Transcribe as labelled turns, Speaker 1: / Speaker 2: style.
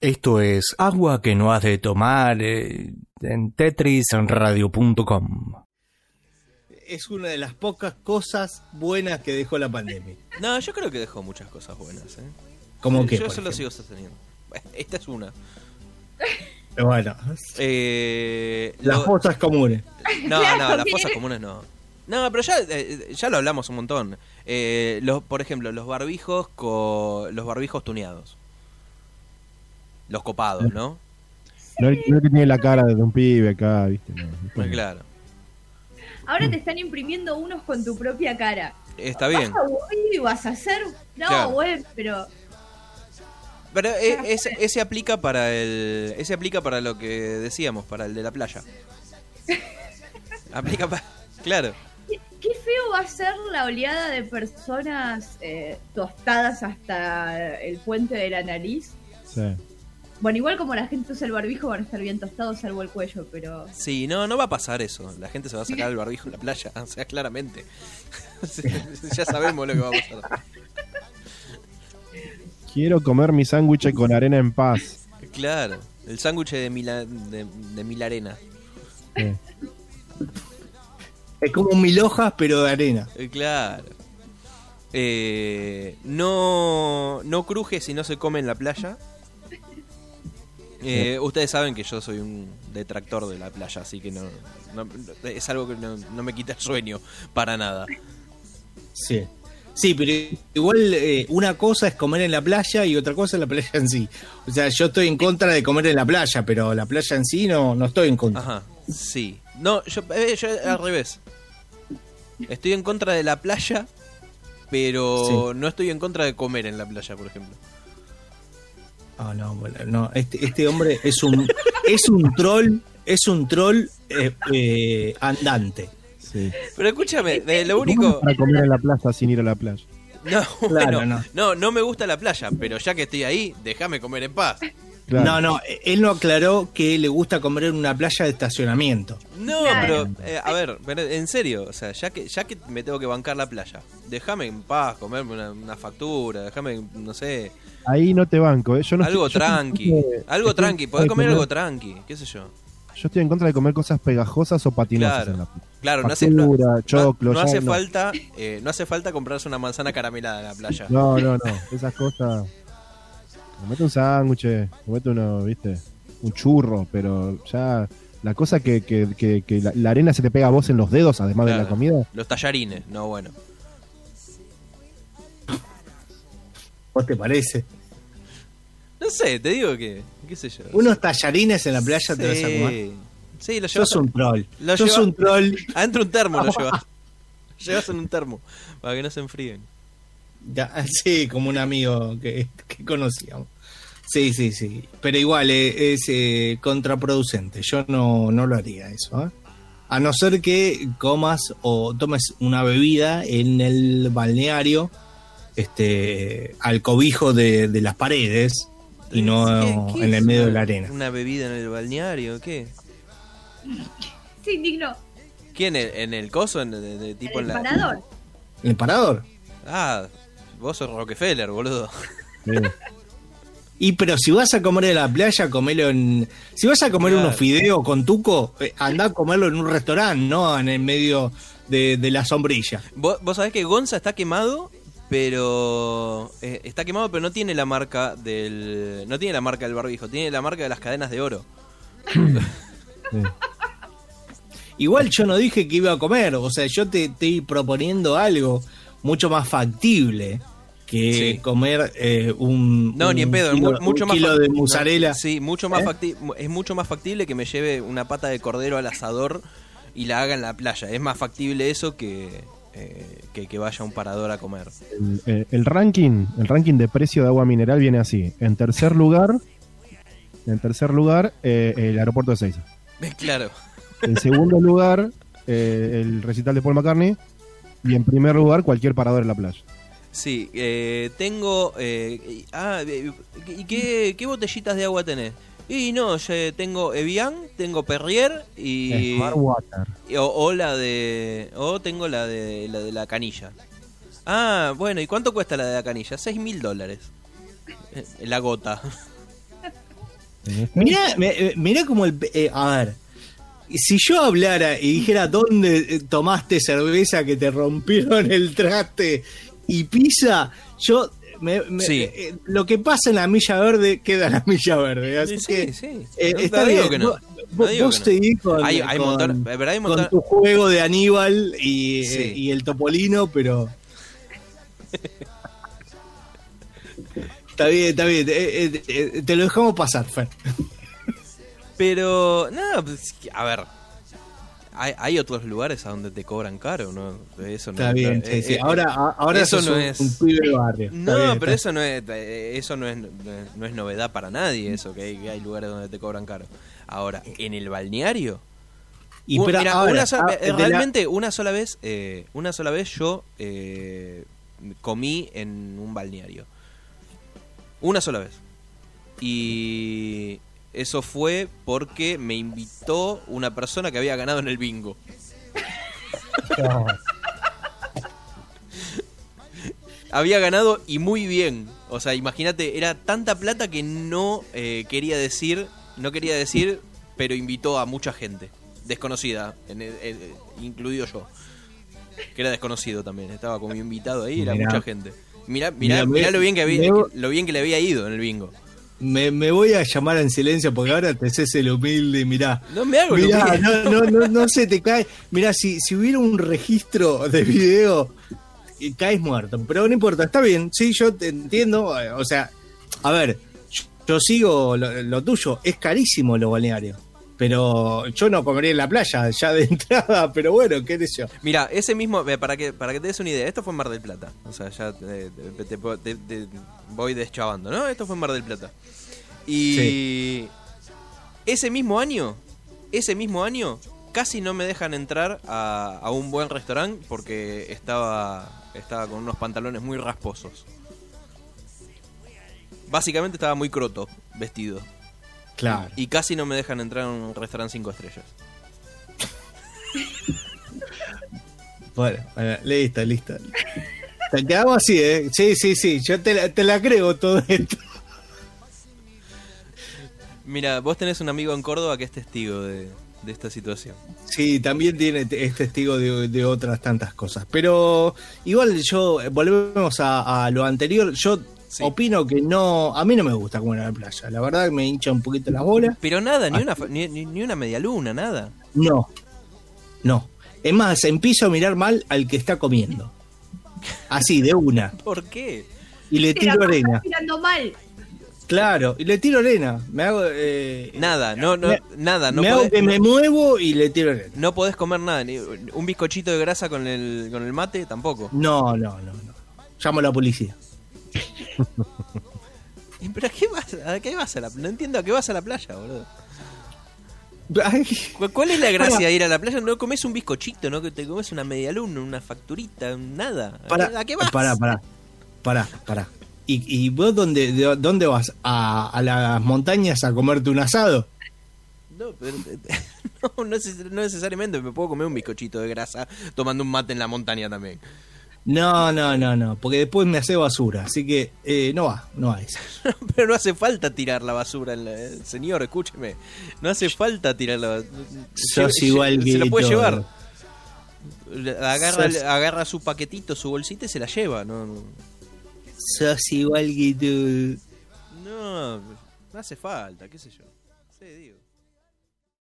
Speaker 1: Esto es agua que no has de tomar eh, en tetrisradio.com.
Speaker 2: Es una de las pocas cosas buenas que dejó la pandemia.
Speaker 3: No, yo creo que dejó muchas cosas buenas. ¿eh?
Speaker 2: Como
Speaker 3: Eh,
Speaker 2: que.
Speaker 3: yo
Speaker 2: por
Speaker 3: eso lo
Speaker 2: ejemplo?
Speaker 3: sigo sosteniendo. Bueno, Esta es una.
Speaker 2: Pero Bueno,
Speaker 3: Eh,
Speaker 2: las
Speaker 3: lo-
Speaker 2: fosas comunes.
Speaker 3: No,
Speaker 4: Claro,
Speaker 3: no, las
Speaker 4: bien.
Speaker 3: cosas comunes no. No, pero ya, eh, ya lo hablamos un montón. Eh, los, por ejemplo, los barbijos con los barbijos tuneados. Los copados, ¿no?
Speaker 5: No el, no el que tiene la cara de un pibe acá, ¿viste? No,
Speaker 3: Muy claro.
Speaker 4: Ahora te están imprimiendo unos con tu propia cara.
Speaker 3: Está bien.
Speaker 4: ¿Vas a aburrir y vas a hacer? No,
Speaker 3: Claro.
Speaker 4: bueno, pero
Speaker 3: Pero eh, ese, ese aplica para el ese aplica para lo que decíamos, para el de la playa. Aplica para Claro.
Speaker 4: ¿qué, qué feo va a ser la oleada de personas eh, tostadas hasta el puente de la nariz.
Speaker 5: Sí.
Speaker 4: Bueno, igual como la gente usa el barbijo van a estar bien tostados salvo el cuello, pero...
Speaker 3: Sí, no, no va a pasar eso. La gente se va a sacar el barbijo en la playa, o sea, claramente. ya sabemos lo que va a pasar.
Speaker 5: Quiero comer mi sándwich con arena en paz.
Speaker 3: Claro, el sándwich de mil, de, de mil arena.
Speaker 5: Sí.
Speaker 2: Es como mil hojas, pero de arena.
Speaker 3: Eh, Claro. Eh, no, no cruje si no se come en la playa. Eh, ustedes saben que yo soy un detractor de la playa, así que no, no- es algo que no, no me quita el sueño para nada.
Speaker 2: Sí. Sí, pero igual eh, una cosa es comer en la playa y otra cosa es la playa en sí. O sea, yo estoy en contra de comer en la playa, pero la playa en sí no, no estoy en contra.
Speaker 3: Ajá, sí. No, yo, eh, yo al revés. Estoy en contra de la playa, pero no estoy en contra de comer en la playa, por ejemplo.
Speaker 2: Ah, no, bueno, no. Este, este hombre es un es un troll, es un troll eh, eh, andante.
Speaker 5: sí.
Speaker 3: Pero escúchame, de lo
Speaker 5: ¿Cómo
Speaker 3: único...
Speaker 5: Para comer en la plaza sin ir a la playa.
Speaker 3: No,
Speaker 2: Claro,
Speaker 3: bueno, no.
Speaker 2: no.
Speaker 3: no, me gusta la playa, pero ya que estoy ahí, déjame comer en paz.
Speaker 5: Claro.
Speaker 2: No, no, él no aclaró que le gusta comer en una playa de estacionamiento.
Speaker 3: No,
Speaker 4: Claro.
Speaker 3: pero eh, a ver, pero en serio, o sea, ya que ya que me tengo que bancar la playa, déjame en paz, comerme una, una factura, déjame, no sé,
Speaker 5: Ahí no te banco, ¿eh? Yo no
Speaker 3: algo
Speaker 5: estoy- yo
Speaker 3: tranqui,
Speaker 5: estoy en contra de-
Speaker 3: algo
Speaker 5: estoy en
Speaker 3: tranqui,
Speaker 5: contra de
Speaker 3: podés comer algo tranqui, qué sé yo.
Speaker 5: Yo estoy en contra de comer cosas pegajosas o patinosas
Speaker 3: Claro.
Speaker 5: en la playa.
Speaker 3: Claro, no hace, no,
Speaker 5: Factura,
Speaker 3: no-
Speaker 5: choclo,
Speaker 3: no
Speaker 5: ya
Speaker 3: hace
Speaker 5: no.
Speaker 3: falta, eh, no hace falta comprarse una manzana caramelada en la playa.
Speaker 5: No, no, no. Esas cosas. Comete un sándwich, comete uno, viste, un churro, pero ya. La cosa que, que, que- que la, la arena se te pega a vos en los dedos, además de
Speaker 3: Claro.
Speaker 5: la comida.
Speaker 3: Los tallarines, no bueno.
Speaker 2: ¿Vos te parece?
Speaker 3: No sé, te digo que, qué sé yo.
Speaker 2: Unos tallarines en la playa te vas a comer.
Speaker 3: Sí, sí lo llevas
Speaker 2: Sos un troll.
Speaker 3: Lo
Speaker 2: Sos
Speaker 3: lleva-
Speaker 2: un troll.
Speaker 3: Adentro un termo lo llevas. llevas en un termo para que no se enfríen.
Speaker 2: Ya, sí, como un amigo que, que conocíamos. Sí, sí, sí. Pero igual eh, es, eh, contraproducente. Yo no, no lo haría eso. ¿eh? A no ser que comas o tomes una bebida en el balneario este, al cobijo de, de las paredes y no
Speaker 3: ¿Qué- qué
Speaker 2: en
Speaker 3: es
Speaker 2: el medio de
Speaker 3: una-
Speaker 2: la arena.
Speaker 3: ¿Una bebida en el balneario? ¿Qué?
Speaker 4: Se indignó.
Speaker 3: ¿Quién? ¿En el, en el coso? ¿En, de- de- tipo en
Speaker 4: el
Speaker 3: la...
Speaker 4: parador.
Speaker 2: ¿En el parador?
Speaker 3: Ah, vos sos Rockefeller, boludo.
Speaker 5: Sí.
Speaker 2: Y pero si vas a comer en la playa, comelo en... Si vas a comer
Speaker 3: Claro.
Speaker 2: unos fideos con tuco, eh, andá a comerlo en un restaurante, no en el medio de, de la sombrilla.
Speaker 3: Vos, vos sabés que Gonza está quemado, pero... eh, está quemado, pero no tiene la marca del... No tiene la marca del barbijo, tiene la marca de las cadenas de oro.
Speaker 5: Sí.
Speaker 2: Igual yo no dije que iba a comer, o sea, yo te estoy proponiendo algo mucho más factible que
Speaker 3: Sí.
Speaker 2: comer eh, un,
Speaker 3: No,
Speaker 2: un
Speaker 3: ni en pedo, es
Speaker 2: kilo,
Speaker 3: mu- mucho
Speaker 2: un
Speaker 3: más
Speaker 2: kilo
Speaker 3: fac-
Speaker 2: de
Speaker 3: no,
Speaker 2: mozzarella.
Speaker 3: sí, mucho más
Speaker 2: ¿Eh?
Speaker 3: facti- mu- es mucho más factible que me lleve una pata de cordero al asador y la haga en la playa. Es más factible eso que eh, que, que vaya a un parador a comer.
Speaker 5: El, eh, el ranking, el ranking de precio de agua mineral viene así. En tercer lugar, en tercer lugar, eh, el aeropuerto de Seiza.
Speaker 3: Claro.
Speaker 5: En segundo lugar, eh, el recital de Paul McCartney. Y en primer lugar, cualquier parador en la playa.
Speaker 3: Sí, eh, tengo eh, y- ah, eh, ¿y qué, qué botellitas de agua tenés? Y no, yo tengo Evian, tengo Perrier y
Speaker 5: Smart Water.
Speaker 3: y- o, o la de o tengo la de la de la canilla. Ah, bueno, ¿y cuánto cuesta la de la canilla? Seis mil dólares. Eh, La gota.
Speaker 2: Mirá, me- eh, mirá como el. eh, a ver, si yo hablara y dijera dónde eh, tomaste cerveza que te rompieron el traste y pizza, yo. me- me-
Speaker 3: Sí.
Speaker 2: eh, lo que pasa en la milla verde queda en la milla verde. Así que.
Speaker 3: sí.
Speaker 2: eh,
Speaker 3: No
Speaker 2: está
Speaker 3: digo
Speaker 2: bien.
Speaker 3: que no.
Speaker 2: Vos,
Speaker 3: No digo
Speaker 2: vos
Speaker 3: que
Speaker 2: te
Speaker 3: no.
Speaker 2: di con,
Speaker 3: Hay, hay
Speaker 2: con-
Speaker 3: montón, eh, pero hay
Speaker 2: con
Speaker 3: montón.
Speaker 2: tu juego de Aníbal y,
Speaker 3: Sí.
Speaker 2: eh, y el Topolino, pero. Está bien, está bien. eh, eh, eh, te lo dejamos pasar, Fer.
Speaker 3: Pero, nada, pues, a ver. Hay, hay otros lugares a donde te cobran caro, ¿no? Eso no
Speaker 2: Está bien, sí,
Speaker 3: eh,
Speaker 2: sí.
Speaker 3: eh,
Speaker 2: Ahora, a- ahora
Speaker 3: eso
Speaker 2: sos
Speaker 3: no
Speaker 2: un,
Speaker 3: es-
Speaker 2: un pibe de barrio. Está
Speaker 3: No,
Speaker 2: bien, está-
Speaker 3: pero eso no es, eh, eso no es, no es- no es novedad para nadie, eso, que hay, que hay lugares donde te cobran caro. Ahora, en el balneario,
Speaker 2: Y,
Speaker 3: Un-
Speaker 2: pero
Speaker 3: mira,
Speaker 2: ahora,
Speaker 3: una sola-
Speaker 2: ah, de
Speaker 3: eh,
Speaker 2: la-
Speaker 3: realmente una sola vez, eh, una sola vez yo eh, comí en un balneario. Una sola vez. Y eso fue porque me invitó una persona que había ganado en el bingo. Había ganado y muy bien. O sea, imagínate, era tanta plata que no eh, quería decir, no quería decir, pero invitó a mucha gente desconocida, en- en- en- incluido yo, que era desconocido también. Estaba como invitado ahí, era
Speaker 2: Mirá.
Speaker 3: mucha gente. Mirá, mirá,
Speaker 2: Mirá, me-
Speaker 3: mirá lo bien que había,
Speaker 2: me-
Speaker 3: lo bien que le había ido en el bingo.
Speaker 2: me, me voy a llamar en silencio porque ahora te haces el humilde y mirá.
Speaker 3: No me hago lo
Speaker 2: Mirá,
Speaker 3: que-
Speaker 2: no, no, no, no se te cae. Mirá, si, si hubiera un registro de video, y caes muerto. Pero no importa, está bien. Sí, yo te entiendo. eh, O sea, a ver, yo, yo sigo lo, lo tuyo. Es carísimo lo balneario. Pero yo no comería en la playa ya de entrada. Pero bueno, qué sé yo.
Speaker 3: Mira, ese mismo, eh, para que, para que te des una idea, esto fue en Mar del Plata. O sea, ya eh, te, te- te- te voy deschavando, ¿no? Esto fue en Mar del Plata. Y ese mismo año, ese mismo año, casi no me dejan entrar a, a un buen restaurante porque estaba, estaba con unos pantalones muy rasposos. Básicamente estaba muy croto vestido.
Speaker 2: Claro.
Speaker 3: Y casi no me dejan entrar a un restaurante 5 estrellas.
Speaker 2: Bueno, bueno, listo, listo. Te quedamos así, ¿eh? Sí, sí, sí. Yo te la, te la creo todo esto.
Speaker 3: Mira, vos tenés un amigo en Córdoba que es testigo de, de esta situación.
Speaker 2: Sí, también tiene, te- es testigo de, de otras tantas cosas. Pero igual yo, eh, volvemos a, a lo anterior. Yo
Speaker 3: Sí.
Speaker 2: opino que no. A mí no me gusta comer en la playa. La verdad que me hincha un poquito las bolas.
Speaker 3: Pero nada,
Speaker 2: Ah.
Speaker 3: ni una, fa- ni, ni- ni una media luna, nada.
Speaker 2: No. No. Es más, empiezo a mirar mal al que está comiendo. Así, de una.
Speaker 3: ¿Por
Speaker 2: Eh,
Speaker 3: qué?
Speaker 2: Y le
Speaker 4: Te la
Speaker 2: tiro
Speaker 4: pasás
Speaker 2: arena.
Speaker 4: mirando mal.
Speaker 2: Claro, y le tiro arena. Me hago. eh,
Speaker 3: Nada, no, no,
Speaker 2: Me-
Speaker 3: nada, no
Speaker 2: me hago que
Speaker 3: podés,
Speaker 2: me
Speaker 3: no,
Speaker 2: muevo y le tiro arena.
Speaker 3: no podés comer nada, ni un bizcochito de grasa con el, con el mate tampoco.
Speaker 2: No, no, no, no. Llamo a la policía.
Speaker 3: Eh, ¿Pero a qué vas? ¿A qué vas a la No entiendo a qué vas a la playa, boludo.
Speaker 2: Ay,
Speaker 3: ¿Cu- ¿Cuál es la gracia de ir a la playa? No comes un bizcochito, no que te comes una media luna, una facturita, nada. ¿A
Speaker 2: Pará,
Speaker 3: qué- ¿A qué vas?
Speaker 2: Pará, pará. Pará, pará. ¿Y, y vos dónde, de- dónde vas? ¿A, a las montañas a comerte un asado?
Speaker 3: No, pero- no, no neces- no necesariamente, me puedo comer un bizcochito de grasa tomando un mate en la montaña también.
Speaker 2: No, no, no, no. Porque después me hace basura. Así que eh, no va, no va eso.
Speaker 3: Pero no hace falta tirar la basura, en la- eh, señor, escúcheme. No hace falta tirar la basura.
Speaker 2: Sos igual que
Speaker 3: Se lo puede
Speaker 2: todo.
Speaker 3: llevar. Agarra,
Speaker 2: Sos-
Speaker 3: agarra su paquetito, su bolsita y se la lleva. No, no,
Speaker 2: Sos igual que tú.
Speaker 3: no, no hace falta, qué sé yo. Sí, digo.